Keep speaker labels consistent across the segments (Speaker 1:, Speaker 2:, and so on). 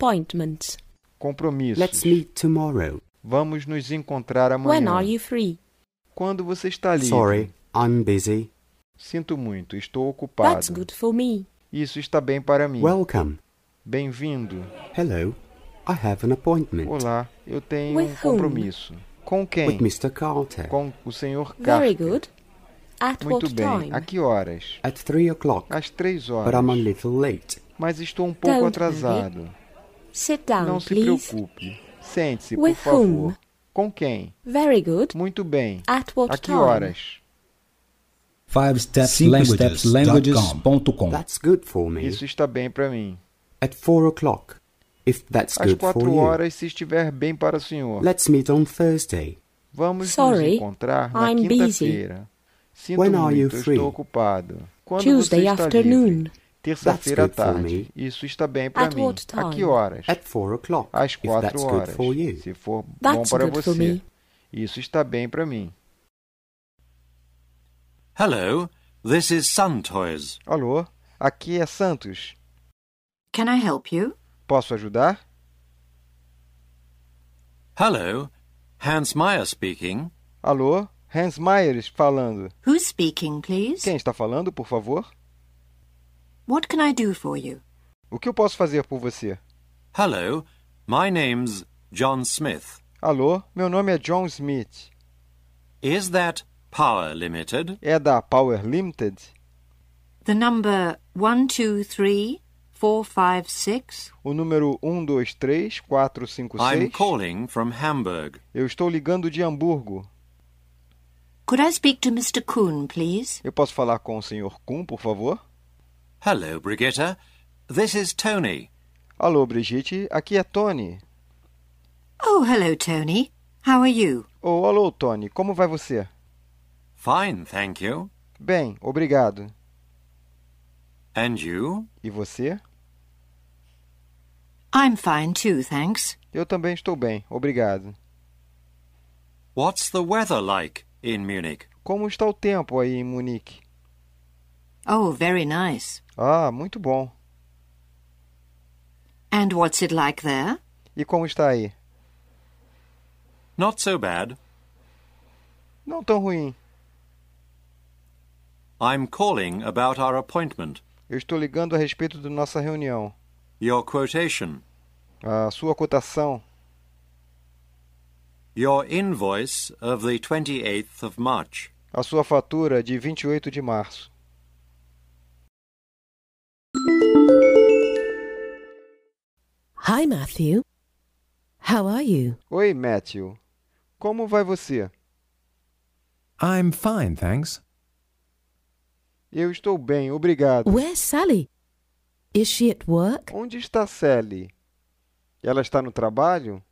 Speaker 1: Appointment.
Speaker 2: Compromisso.
Speaker 3: Let's meet tomorrow.
Speaker 2: Vamos nos encontrar
Speaker 1: When
Speaker 2: amanhã.
Speaker 1: are you free?
Speaker 2: Quando você está livre?
Speaker 3: Sorry, I'm busy.
Speaker 2: Sinto muito, estou ocupado.
Speaker 1: That's good for me.
Speaker 2: Isso está bem para mim.
Speaker 3: Welcome.
Speaker 2: Bem-vindo.
Speaker 3: Hello. I have an appointment
Speaker 2: Olá, eu tenho
Speaker 1: With
Speaker 2: um
Speaker 1: whom?
Speaker 2: compromisso. Com quem?
Speaker 3: with Mr. Carter
Speaker 2: Com o senhor
Speaker 1: Very
Speaker 2: Carter.
Speaker 1: good. At
Speaker 2: Muito
Speaker 1: what
Speaker 2: bem.
Speaker 1: time?
Speaker 2: A que horas?
Speaker 3: at three o'clock,
Speaker 2: Às três horas.
Speaker 3: but I'm a little late.
Speaker 2: Mas estou um pouco
Speaker 1: Don't
Speaker 2: atrasado.
Speaker 1: Sit down,
Speaker 2: Não se
Speaker 1: please.
Speaker 2: preocupe. Sente-se, por
Speaker 1: With
Speaker 2: favor.
Speaker 1: whom?
Speaker 2: Com quem?
Speaker 1: Very good.
Speaker 2: Muito bem.
Speaker 1: At what
Speaker 2: A que
Speaker 1: time?
Speaker 2: horas?
Speaker 4: 5stepslanguages.com
Speaker 3: That's good for me.
Speaker 2: Isso está bem para mim.
Speaker 3: At four o'clock, if that's
Speaker 2: Às
Speaker 3: good for
Speaker 2: quatro
Speaker 3: you.
Speaker 2: horas, se estiver bem para o senhor.
Speaker 3: Let's meet on Thursday.
Speaker 2: Vamos nos
Speaker 1: Sorry,
Speaker 2: encontrar na
Speaker 1: I'm
Speaker 2: quinta-feira. Sinto
Speaker 3: When
Speaker 2: muito,
Speaker 3: are you
Speaker 2: eu
Speaker 3: free?
Speaker 2: estou ocupado. Quando
Speaker 1: Tuesday
Speaker 2: você está
Speaker 1: afternoon.
Speaker 2: livre? Terça-feira à
Speaker 3: That's good for
Speaker 2: tarde.
Speaker 3: me.
Speaker 2: Isso está bem para
Speaker 1: At
Speaker 2: mim.
Speaker 1: what
Speaker 2: A que
Speaker 1: time?
Speaker 2: horas?
Speaker 3: At four o'clock,
Speaker 2: Às
Speaker 3: if
Speaker 2: quatro
Speaker 3: that's
Speaker 2: horas.
Speaker 3: good for you.
Speaker 2: Se for bom
Speaker 1: That's
Speaker 2: para
Speaker 1: good for
Speaker 2: você.
Speaker 1: me.
Speaker 2: Isso está bem para mim.
Speaker 5: Hello, this is Sun Toys.
Speaker 2: Alô? Aqui é Santos.
Speaker 6: Can I help you?
Speaker 2: Posso ajudar?
Speaker 5: Hello, Hans Meyer speaking.
Speaker 2: Alô? Hans Myers falando.
Speaker 6: Who's speaking, please?
Speaker 2: Quem está falando, por favor?
Speaker 6: What can I do for you?
Speaker 2: O que eu posso fazer por você?
Speaker 5: Hello, my name's John Smith.
Speaker 2: Alô? Meu nome é John Smith.
Speaker 5: Is that Power Limited?
Speaker 2: É da Power Limited?
Speaker 6: The number one two three four five six.
Speaker 2: O número 123456.
Speaker 5: I'm calling from Hamburg.
Speaker 2: Eu estou ligando de Hamburgo.
Speaker 6: Could I speak to Mr. Kuhn, please?
Speaker 2: Eu posso falar com o Sr. Kuhn, por favor?
Speaker 5: Hello, Brigitta. This is Tony.
Speaker 2: Alô, Brigitte, aqui é Tony.
Speaker 6: Oh, hello, Tony. How are you?
Speaker 2: Ou Oh, alô, Tony, como vai você?
Speaker 5: Fine, thank you.
Speaker 2: Bem, obrigado.
Speaker 5: And you?
Speaker 2: E você?
Speaker 6: I'm fine too, thanks.
Speaker 2: Eu também estou bem, obrigado.
Speaker 5: What's the weather like in Munich?
Speaker 2: Como está o tempo aí em Munique?
Speaker 6: Oh, very nice.
Speaker 2: Ah, muito bom.
Speaker 6: And what's it like there?
Speaker 2: E como está aí?
Speaker 5: Not so bad.
Speaker 2: Não tão ruim.
Speaker 5: I'm calling about our appointment.
Speaker 2: Eu estou ligando a respeito da nossa reunião.
Speaker 5: Your quotation.
Speaker 2: A sua cotação,
Speaker 5: Your invoice of the 28th of March.
Speaker 2: a sua fatura de 28 de março.
Speaker 7: Hi, Matthew. How are you?
Speaker 2: Oi, Matthew. Como vai você?
Speaker 4: I'm fine, thanks.
Speaker 2: Eu estou bem, obrigado.
Speaker 7: Where's Sally? Is she at work?
Speaker 2: Onde está Sally? Ela está no trabalho?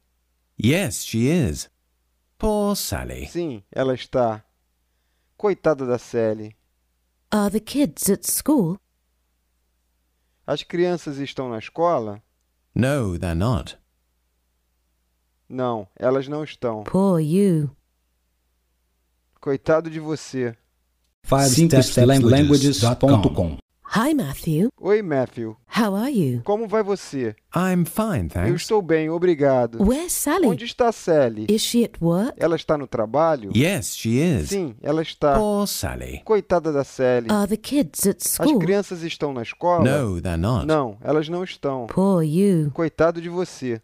Speaker 4: Yes, she is. Poor Sally.
Speaker 2: Sim, ela está. Coitada da Sally.
Speaker 7: Are the kids at school?
Speaker 2: As crianças estão na escola?
Speaker 4: No, they're not.
Speaker 2: Não, elas não estão.
Speaker 7: Poor you.
Speaker 2: Coitado de você.
Speaker 4: 5stepslanguages.com
Speaker 7: Hi, Matthew.
Speaker 2: Oi, Matthew.
Speaker 7: How are you?
Speaker 2: Como vai você?
Speaker 4: I'm fine,
Speaker 2: Eu
Speaker 4: thanks.
Speaker 2: estou bem, obrigado.
Speaker 7: Where's Sally?
Speaker 2: Onde está Sally?
Speaker 7: Is she at work?
Speaker 2: Ela está no trabalho?
Speaker 4: Yes, she is.
Speaker 2: Sim, ela está.
Speaker 4: Poor Sally.
Speaker 2: Coitada da Sally.
Speaker 7: Are the kids at
Speaker 2: As
Speaker 7: Ah, school?
Speaker 2: crianças estão na escola?
Speaker 4: No, they're not.
Speaker 2: Não, elas não estão.
Speaker 7: Poor you.
Speaker 2: Coitado de você.